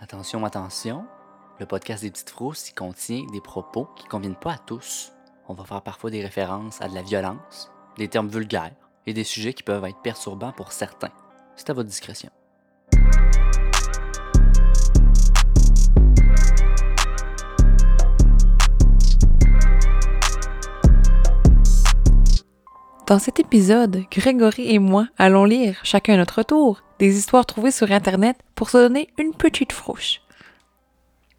Attention, attention, le podcast des petites frousses y contient des propos qui conviennent pas à tous. On va faire parfois des références à de la violence, des termes vulgaires et des sujets qui peuvent être perturbants pour certains. C'est à votre discrétion. Dans cet épisode, Grégory et moi allons lire, chacun à notre tour, des histoires trouvées sur Internet pour se donner une petite frouche.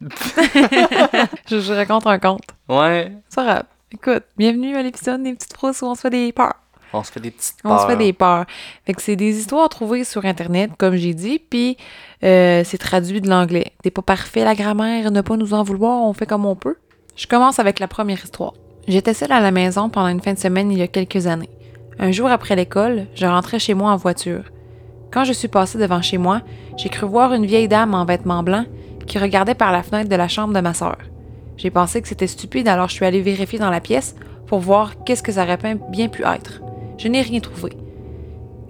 je, je raconte un conte. Ouais, Ça grave. Écoute, bienvenue à l'épisode des petites frousses où on se fait des peurs. on se fait des petites On peurs. se fait des peurs. Fait que c'est des histoires trouvées sur Internet, comme j'ai dit, puis euh, c'est traduit de l'anglais. T'es pas parfait, la grammaire, ne pas nous en vouloir, on fait comme on peut. Je commence avec la première histoire. J'étais seule à la maison pendant une fin de semaine il y a quelques années. Un jour après l'école, je rentrais chez moi en voiture. Quand je suis passée devant chez moi, j'ai cru voir une vieille dame en vêtements blancs qui regardait par la fenêtre de la chambre de ma sœur. J'ai pensé que c'était stupide, alors je suis allée vérifier dans la pièce pour voir qu'est-ce que ça aurait bien pu être. Je n'ai rien trouvé.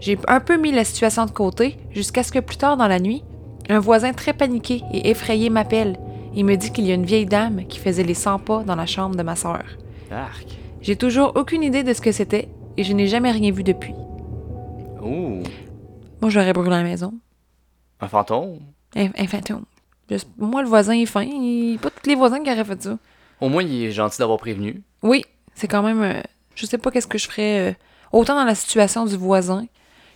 J'ai un peu mis la situation de côté jusqu'à ce que plus tard dans la nuit, un voisin très paniqué et effrayé m'appelle et me dit qu'il y a une vieille dame qui faisait les 100 pas dans la chambre de ma sœur. Arc. J'ai toujours aucune idée de ce que c'était et je n'ai jamais rien vu depuis. Ouh, Moi, j'aurais brûlé la maison. un fantôme. Un, un fantôme. Je- Moi, le voisin est fin. Il... Pas tous les voisins qui auraient fait ça. Au moins, il est gentil d'avoir prévenu. Oui, c'est quand même. euh, je sais pas qu'est-ce que je ferais euh, autant dans la situation du voisin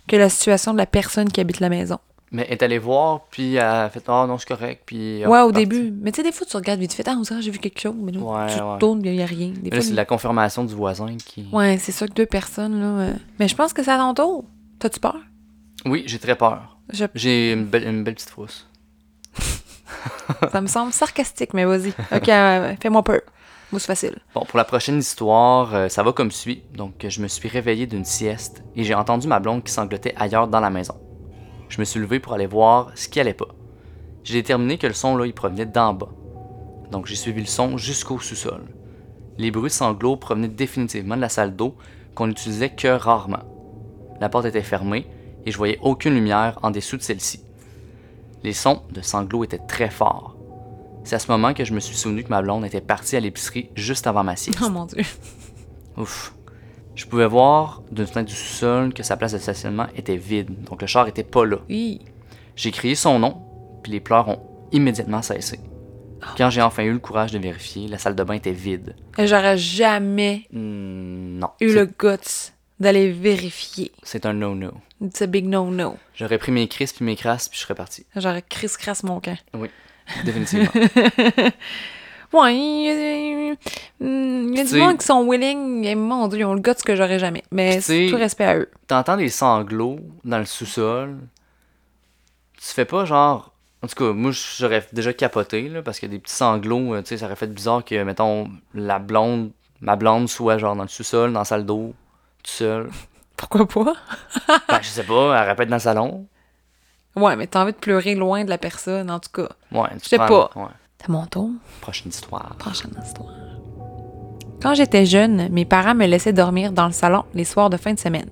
que la situation de la personne qui habite la maison. Mais elle est allée voir, puis elle a fait Ah non, c'est correct. Puis, elle Ouais, est au repartie. début. Mais tu sais, des fois, tu regardes vite fait, ah, on dirait que j'ai vu quelque chose, mais là, Ouais, tu ouais. te tournes, il n'y a rien. Des Mais fois, Là, c'est la confirmation du voisin qui. Ouais, c'est ça que deux personnes, là. euh, Mais je pense que c'est à ton tour. T'as-tu peur? Oui, j'ai très peur. Je- J'ai une belle, une belle petite frousse. Ça me semble sarcastique, mais vas-y. Ok, euh, fais-moi peur. Moi, c'est facile. Bon, pour la prochaine histoire, euh, ça va comme suit. Donc, euh, je me suis réveillé d'une sieste et j'ai entendu ma blonde qui sanglotait ailleurs dans la maison. Je me suis levé pour aller voir ce qui allait pas. J'ai déterminé que le son là, il provenait d'en bas. Donc, j'ai suivi le son jusqu'au sous-sol. Les bruits sanglots provenaient définitivement de la salle d'eau qu'on n'utilisait que rarement. La porte était fermée et je voyais aucune lumière en dessous de celle-ci. Les sons de sanglots étaient très forts. C'est à ce moment que je me suis souvenu que ma blonde était partie à l'épicerie juste avant ma sieste. Oh mon dieu. Ouf. Je pouvais voir d'une fenêtre du sous-sol que sa place de stationnement était vide, donc le char était pas là. Oui. J'ai crié son nom, puis les pleurs ont immédiatement cessé. Ah. Quand j'ai enfin eu le courage de vérifier, la salle de bain était vide. Euh, J'aurais jamais Hmm, non. eu C'est- le guts d'aller vérifier. C'est un no-no. It's a big no-no. J'aurais pris mes crises puis mes crasses puis je serais parti. J'aurais criss-crasse mon camp. Définitivement. Ouais, il y a- il y Tu a du sais- monde qui sont willing, et mon dieu, ils ont le guts que j'aurais jamais. Mais Puis tu sais- c'est tout respect à eux. T'entends des sanglots dans le sous-sol. Tu fais pas genre. En tout cas, moi j'aurais déjà capoté là, parce que des petits sanglots, euh, tu sais, ça aurait fait bizarre que, mettons, la blonde, ma blonde soit genre dans le sous-sol, dans la salle d'eau, tout seul. Pourquoi pas? Ben, je sais pas, elle répète dans le salon. Ouais, mais t'as envie de pleurer loin de la personne, en tout cas. Ouais, tu Je sais prends- pas. ouais. T'as mon tour? Prochaine histoire. Prochaine histoire. Quand j'étais jeune, mes parents me laissaient dormir dans le salon les soirs de fin de semaine.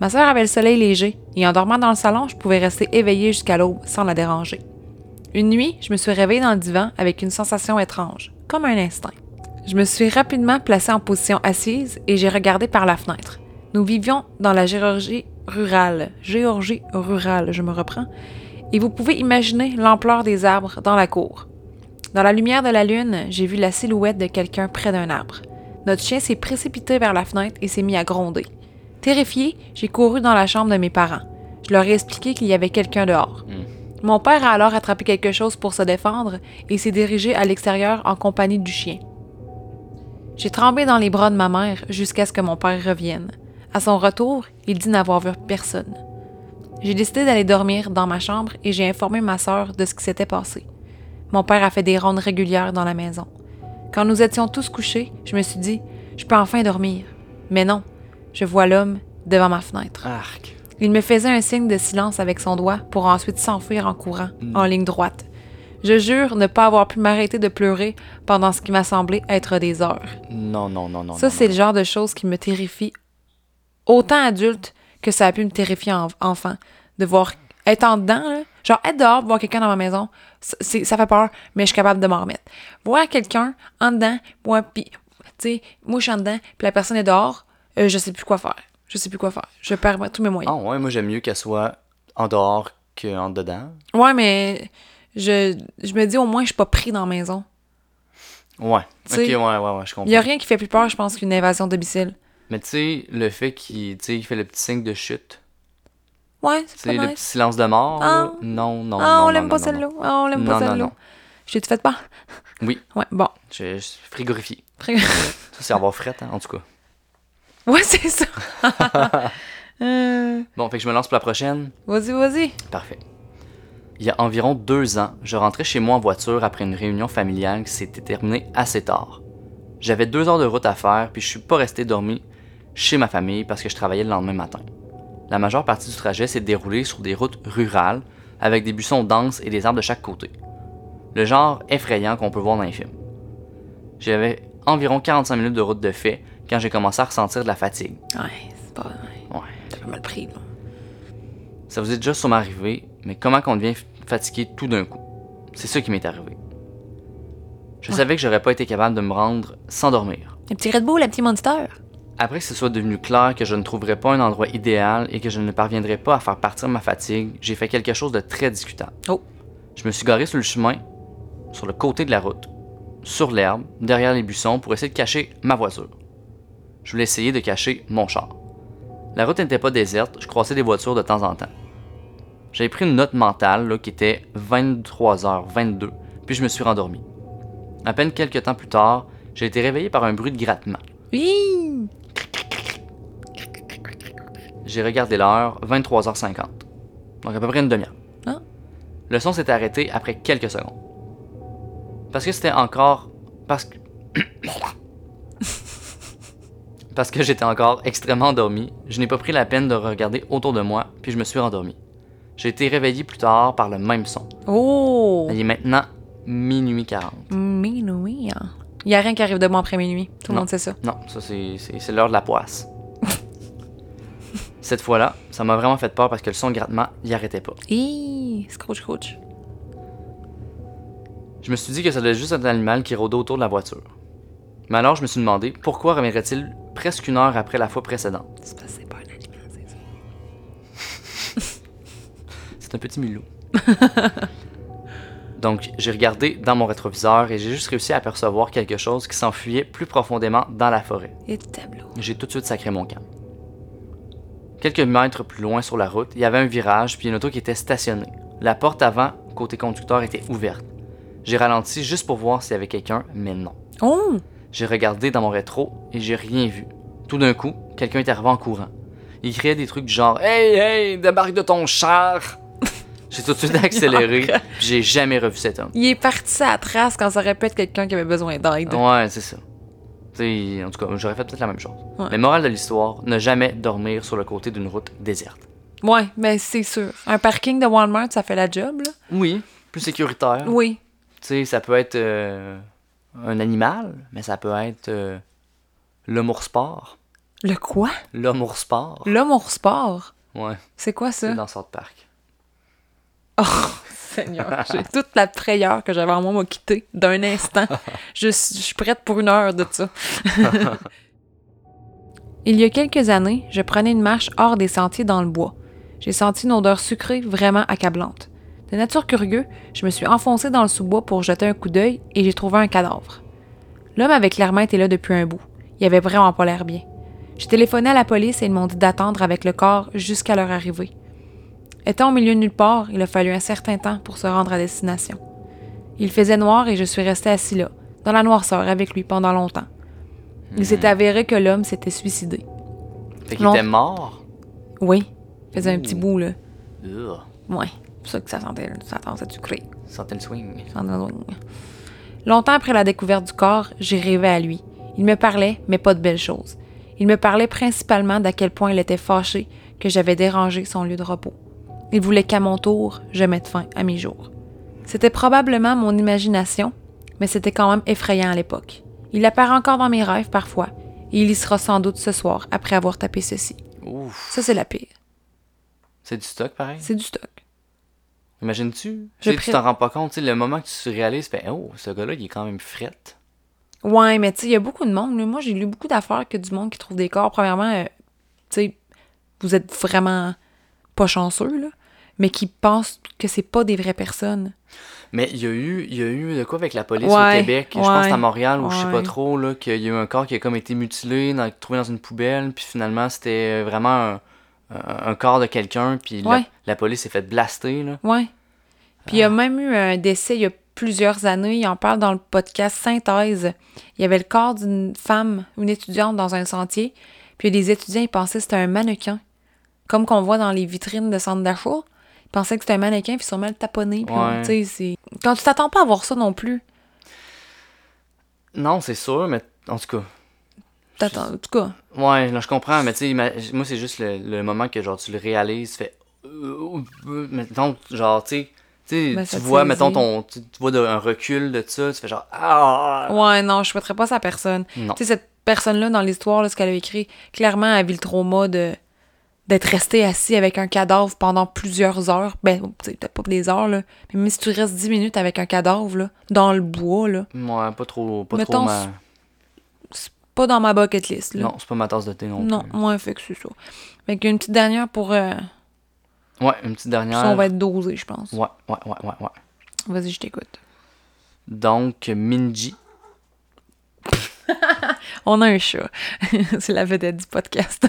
Ma sœur avait le soleil léger et en dormant dans le salon, je pouvais rester éveillée jusqu'à l'aube sans la déranger. Une nuit, je me suis réveillée dans le divan avec une sensation étrange, comme un instinct. Je me suis rapidement placée en position assise et j'ai regardé par la fenêtre. Nous vivions dans la Géorgie rurale. Géorgie rurale, je me reprends. Et vous pouvez imaginer l'ampleur des arbres dans la cour. Dans la lumière de la lune, j'ai vu la silhouette de quelqu'un près d'un arbre. Notre chien s'est précipité vers la fenêtre et s'est mis à gronder. Terrifié, j'ai couru dans la chambre de mes parents. Je leur ai expliqué qu'il y avait quelqu'un dehors. Mon père a alors attrapé quelque chose pour se défendre et s'est dirigé à l'extérieur en compagnie du chien. J'ai tremblé dans les bras de ma mère jusqu'à ce que mon père revienne. À son retour, il dit n'avoir vu personne. J'ai décidé d'aller dormir dans ma chambre et j'ai informé ma sœur de ce qui s'était passé. Mon père a fait des rondes régulières dans la maison. Quand nous étions tous couchés, je me suis dit, je peux enfin dormir. Mais non, je vois l'homme devant ma fenêtre. Arc. Il me faisait un signe de silence avec son doigt pour ensuite s'enfuir en courant, Hmm. en ligne droite. Je jure ne pas avoir pu m'arrêter de pleurer pendant ce qui m'a semblé être des heures. Non, non, non, non. Ça, Oh non, c'est le genre de choses qui me terrifie autant adulte que ça a pu me terrifier en enfant, de voir Être en dedans, là, genre être dehors, voir quelqu'un dans ma maison, c- c'est- ça fait peur, mais je suis capable de m'en remettre. Voir quelqu'un en dedans, moi, puis, tu sais, moi, je suis en dedans, puis la personne est dehors, euh, je sais plus quoi faire. Je sais plus quoi faire. Je perds tous mes moyens. Ah ouais, moi j'aime mieux qu'elle soit en dehors qu'en dedans. Ouais, mais je, je me dis au moins, je suis pas pris dans la maison. Ouais. Tu sais, ok, ouais, ouais, ouais, je comprends. Il y a rien qui fait plus peur, je pense, qu'une évasion de domicile. Mais tu sais, le fait qu'il tu sais, il fait le petit signe de chute, Ouais, tu c'est sais, pas le nice. petit silence de mort, là, Ah. non, non, Ah, non, on non, l'aime non, pas non, celle-là. Ah, on l'aime pas Non, non, celle-là. non. J'ai tout fait peur. non. Oui, Ouais, bon. je, je suis frigorifié. Très- Ça, c'est avoir frette, hein, en tout cas. ouais, c'est ça. Euh, Bon, fait que je me lance pour la prochaine. vas-y, vas-y. Parfait. Il y a environ deux ans, je rentrais chez moi en voiture après une réunion familiale qui s'était terminée assez tard. J'avais deux heures de route à faire, puis je suis pas resté dormi chez ma famille parce que je travaillais le lendemain matin. La majeure partie du trajet s'est déroulée sur des routes rurales, avec des buissons denses et des arbres de chaque côté. Le genre effrayant qu'on peut voir dans les films. J'avais environ 45 minutes de route de fait quand j'ai commencé à ressentir de la fatigue. Ouais, c'est pas ouais, Ouais. T'as pas mal pris, là. Ça vous est déjà sûrement arrivé, mais comment qu'on devient fatigué tout d'un coup? C'est ça qui m'est arrivé. Je Ouais. savais que j'aurais pas été capable de me rendre sans dormir. Le petit Red Bull, le petit Monster. Après que ce soit devenu clair que je ne trouverais pas un endroit idéal et que je ne parviendrais pas à faire partir ma fatigue, j'ai fait quelque chose de très discutable. Oh. Je me suis garé sur le chemin, sur le côté de la route, sur l'herbe, derrière les buissons pour essayer de cacher ma voiture. Je voulais essayer de cacher mon char. La route n'était pas déserte, je croisais des voitures de temps en temps. J'avais pris une note mentale là, qui était 23h22, puis je me suis rendormi. À peine quelques temps plus tard, j'ai été réveillé par un bruit de grattement. Oui. J'ai regardé l'heure, 23h50. Donc à peu près une demi-heure. Ah. Le son s'est arrêté après quelques secondes. Parce que c'était encore. Parce que. Parce que j'étais encore extrêmement endormi, je n'ai pas pris la peine de regarder autour de moi, puis je me suis rendormi. J'ai été réveillé plus tard par le même son. Oh. Il est maintenant minuit 40. Minuit. hein. Il y a rien qui arrive de moi après minuit. Tout le Non. monde sait ça. Non, ça c'est- c'est c'est l'heure de la poisse. Cette fois-là, ça m'a vraiment fait peur parce que le son de grattement n'y arrêtait pas. Hi, scrooge, scrooge. Je me suis dit que ça devait juste être un animal qui rôdait autour de la voiture. Mais alors je me suis demandé pourquoi reviendrait-il presque une heure après la fois précédente. C'est parce que c'est pas un animal, c'est ça. C'est un petit mulot. Donc j'ai regardé dans mon rétroviseur et j'ai juste réussi à apercevoir quelque chose qui s'enfuyait plus profondément dans la forêt. Et le tableau. J'ai tout de suite sacré mon camp. Quelques mètres plus loin sur la route, il y avait un virage puis une auto qui était stationnée. La porte avant, côté conducteur, était ouverte. J'ai ralenti juste pour voir s'il y avait quelqu'un, mais non. Oh. J'ai regardé dans mon rétro et j'ai rien vu. Tout d'un coup, quelqu'un est arrivé en courant. Il criait des trucs du genre Hey, hey, débarque de ton char J'ai tout de suite accéléré, puis j'ai jamais revu cet homme. Il est parti à la trace quand ça aurait pu être quelqu'un qui avait besoin d'aide. Ouais, c'est ça. T'sais, en tout cas, j'aurais fait peut-être la même chose. Ouais. Mais morale de l'histoire, ne jamais dormir sur le côté d'une route déserte. Ouais, mais c'est sûr. Un parking de Walmart, ça fait la job, là. Oui, plus sécuritaire. Oui. T'sais, ça peut être euh, un animal, mais ça peut être euh, l'homme au sport. Le quoi? L'homme au sport. L'homme au sport. Ouais, C'est quoi c'est Mm. ça? dans South Park. Oh, Seigneur, j'ai toute la frayeur que j'avais en moi m'a quittée d'un instant. Je, suis- je suis prête pour une heure de ça. Il y a quelques années, je prenais une marche hors des sentiers dans le bois. J'ai senti une odeur sucrée vraiment accablante. De nature curieuse, je me suis enfoncée dans le sous-bois pour jeter un coup d'œil et j'ai trouvé un cadavre. L'homme avait clairement été là depuis un bout. Il avait vraiment pas l'air bien. J'ai téléphoné à la police et ils m'ont dit d'attendre avec le corps jusqu'à leur arrivée. Étant au milieu de nulle part, il a fallu un certain temps pour se rendre à destination. Il faisait noir et je suis restée assis là, dans la noirceur avec lui pendant longtemps. Il s'est avéré que l'homme s'était suicidé. Fait qu'il Non. était mort. Oui, il faisait un Ouh. petit bout là. Ugh. Ouais, c'est pour ça que ça sentait, ça sentait sucré. Sentait le swing. Ça sentait- Longtemps après la découverte du corps, j'ai rêvé à lui. Il me parlait, mais pas de belles choses. Il me parlait principalement d'à quel point il était fâché que j'avais dérangé son lieu de repos. Il voulait qu'à mon tour, je mette fin à mes jours. C'était probablement mon imagination, mais c'était quand même effrayant à l'époque. Il apparaît encore dans mes rêves parfois, et il y sera sans doute ce soir après avoir tapé ceci. Ouf. Ça, c'est la pire. C'est du stock pareil? C'est du stock. Imagines-tu? Tu sais, Je tu pré- t'en rends pas compte. tu sais, Le moment que tu te réalises, fais, oh, ce gars-là, il est quand même frette. Ouais, mais tu sais, il y a beaucoup de monde. là. Moi, j'ai lu beaucoup d'affaires que du monde qui trouve des corps. Premièrement, euh, tu sais, vous êtes vraiment pas chanceux, là, mais qui pensent que c'est pas des vraies personnes. Mais il y a eu, il y a eu de quoi avec la police au Ouais, Québec, je pense ouais, à Montréal ou je sais pas ouais. trop, là, qu'il y a eu un corps qui a comme été mutilé, dans- trouvé dans une poubelle, puis finalement c'était vraiment un, un- un corps de quelqu'un, puis la- Ouais. la police s'est fait blaster, là. Ouais. Puis il y a même eu un décès il y a plusieurs années. Il en parle dans le podcast Synthèse. Il y avait le corps d'une femme, une étudiante, dans un sentier. Puis les étudiants, ils pensaient que c'était un mannequin. Comme qu'on voit dans les vitrines de centre d'achat. Ils pensaient que c'était un mannequin, puis sûrement le taponné. Puis on- Ouais. tu sais, c'est... Quand tu t'attends pas à voir ça non plus. Non, c'est sûr, mais en tout cas. T'attends, en tout cas. Ouais, là, je comprends, mais tu sais, ima- moi, c'est juste le, le moment que, genre, tu le réalises, tu fais. euh, euh, mais donc, genre, tu sais, tu sais, Ben, tu ça te vois, saisit. mettons, ton, tu, tu vois de- un recul de ça, tu fais genre. Ah! Ouais, non, je souhaiterais pas sa personne. Non. Tu sais, cette personne-là, dans l'histoire, là, ce qu'elle a écrit, clairement, elle vit le trauma de d'être restée assis avec un cadavre pendant plusieurs heures. Ben, tu sais, peut-être pas des heures, là. Mais même si tu restes 10 minutes avec un cadavre, là, dans le bois, là, Ouais, pas trop. Pas Mettons, trop ma- c'est pas dans ma bucket list, là. Non, c'est pas ma tasse de thé non, Non, plus. moi, fait que c'est ça. Fait qu'une petite dernière pour... euh, Ouais, une petite dernière. ça, on va être dosé, je pense. Ouais, ouais, ouais, ouais, ouais. Vas-y, je t'écoute. Donc, Minji. On a un chat. c'est la vedette du podcast.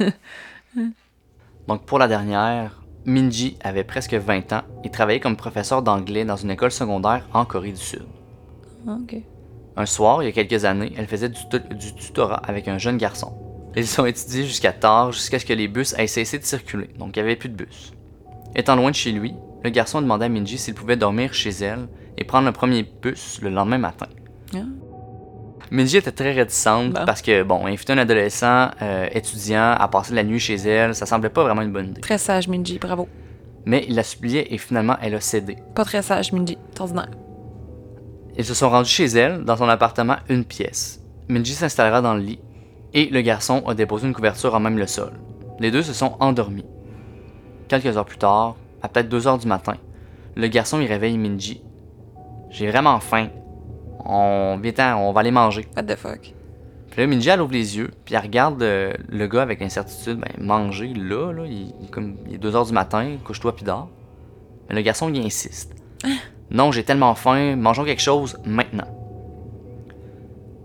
Donc, pour la dernière, Minji avait presque 20 ans et travaillait comme professeur d'anglais dans une école secondaire en Corée du Sud. OK. Un soir, il y a quelques années, elle faisait du, tu- du tutorat avec un jeune garçon. Ils ont étudié jusqu'à tard, jusqu'à ce que les bus aient cessé de circuler, donc il n'y avait plus de bus. Étant loin de chez lui, le garçon demanda à Minji s'il pouvait dormir chez elle et prendre le premier bus le lendemain matin. Ah. Minji était très réticente Bon. parce que, bon, inviter un adolescent euh, étudiant à passer la nuit chez elle, ça semblait pas vraiment une bonne idée. Très sage, Minji. Bravo. Mais il la suppliait et finalement elle a cédé. Pas très sage, Minji. C'est ordinaire. Ils se sont rendus chez elle, dans son appartement, une pièce. Minji s'installera dans le lit et le garçon a déposé une couverture en même le sol. Les deux se sont endormis. Quelques heures plus tard, à peut-être 2 heures du matin, le garçon y réveille Minji. J'ai vraiment faim. On vient, on va aller manger. What the fuck? Puis là, Minji, elle ouvre les yeux, puis elle regarde euh, le gars avec l'incertitude. Ben, manger là, là, il, il est comme, il est 2 heures du matin, couche-toi puis dors. Mais le garçon, il insiste. non, j'ai tellement faim, mangeons quelque chose maintenant.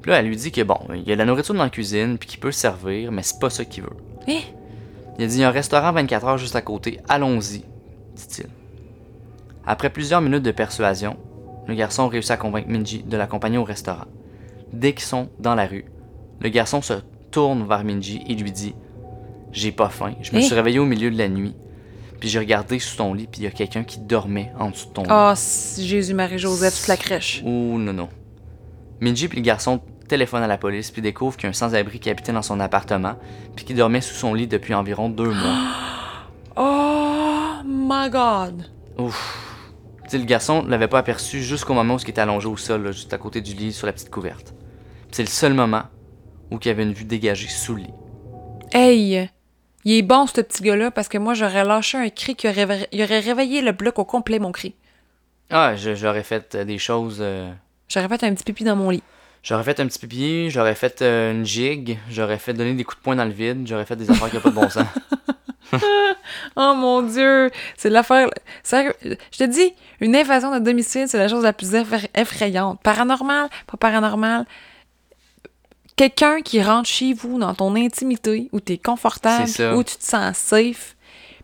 Puis là, elle lui dit que bon, il y a de la nourriture dans la cuisine, puis qu'il peut se servir, mais c'est pas ça qu'il veut. Eh? Il a dit, il y a un restaurant 24 heures juste à côté, allons-y, dit-il. Après plusieurs minutes de persuasion, le garçon réussit à convaincre Minji de l'accompagner au restaurant. Dès qu'ils sont dans la rue, le garçon se tourne vers Minji et lui dit J'ai pas faim, je me Hein? suis réveillé au milieu de la nuit, puis j'ai regardé sous ton lit, puis il y a quelqu'un qui dormait en dessous de ton lit. Ah, si Jésus-Marie-Joseph, c'est la crèche. Ouh, non, non. Minji puis le garçon téléphone à la police puis découvre qu'il y a un sans-abri qui habitait dans son appartement puis qui dormait sous son lit depuis environ deux mois. Oh my god! Ouf. Tu sais, le garçon l'avait pas aperçu jusqu'au moment où il était allongé au sol, là, juste à côté du lit, sur la petite couverte. Puis C'est le seul moment où il y avait une vue dégagée sous le lit. Hey! Il est bon, ce petit gars-là, parce que moi, j'aurais lâché un cri qui aurait, réve- il aurait réveillé le bloc au complet, mon cri. Ah, je- j'aurais fait euh, des choses. euh, J'aurais fait un petit pipi dans mon lit. J'aurais fait un petit pipi, j'aurais fait euh, une gigue, j'aurais fait donner des coups de poing dans le vide, j'aurais fait des affaires qui n'ont pas de bon sens. Oh mon dieu! C'est l'affaire. Sérieux, je te dis, une invasion de domicile, c'est la chose la plus effra- effrayante. Paranormal, pas paranormal. Quelqu'un qui rentre chez vous dans ton intimité, où t'es confortable, C'est ça. où tu te sens safe,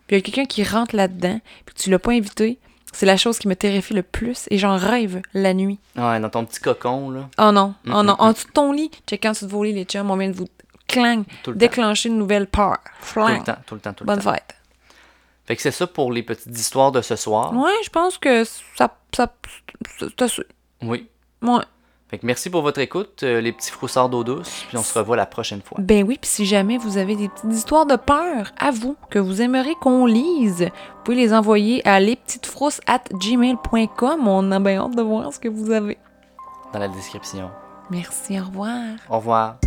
puis il y a quelqu'un qui rentre là-dedans, puis que tu l'as pas invité, c'est la chose qui me terrifie le plus et j'en rêve la nuit. Ouais, dans ton petit cocon, là, Oh non, oh Mm, non, mm, en dessous de ton lit, checkant sous de vos lits, les chums, on vient de vous clang, tout le temps. déclencher une nouvelle peur. Tout Flang. le temps, tout le temps, tout le Bonne temps. fête. Fait que c'est ça pour les petites histoires de ce soir. Ouais, je pense que ça. ça T'as su. Oui. Ouais. Fait que merci pour votre écoute, euh, les petits froussards d'eau douce, puis on se revoit la prochaine fois. Ben oui, puis si jamais vous avez des petites histoires de peur à vous que vous aimeriez qu'on lise, vous pouvez les envoyer à lespetitesfrousses at gmail.com. On a bien hâte de voir ce que vous avez. Dans la description. Merci, au revoir. Au revoir.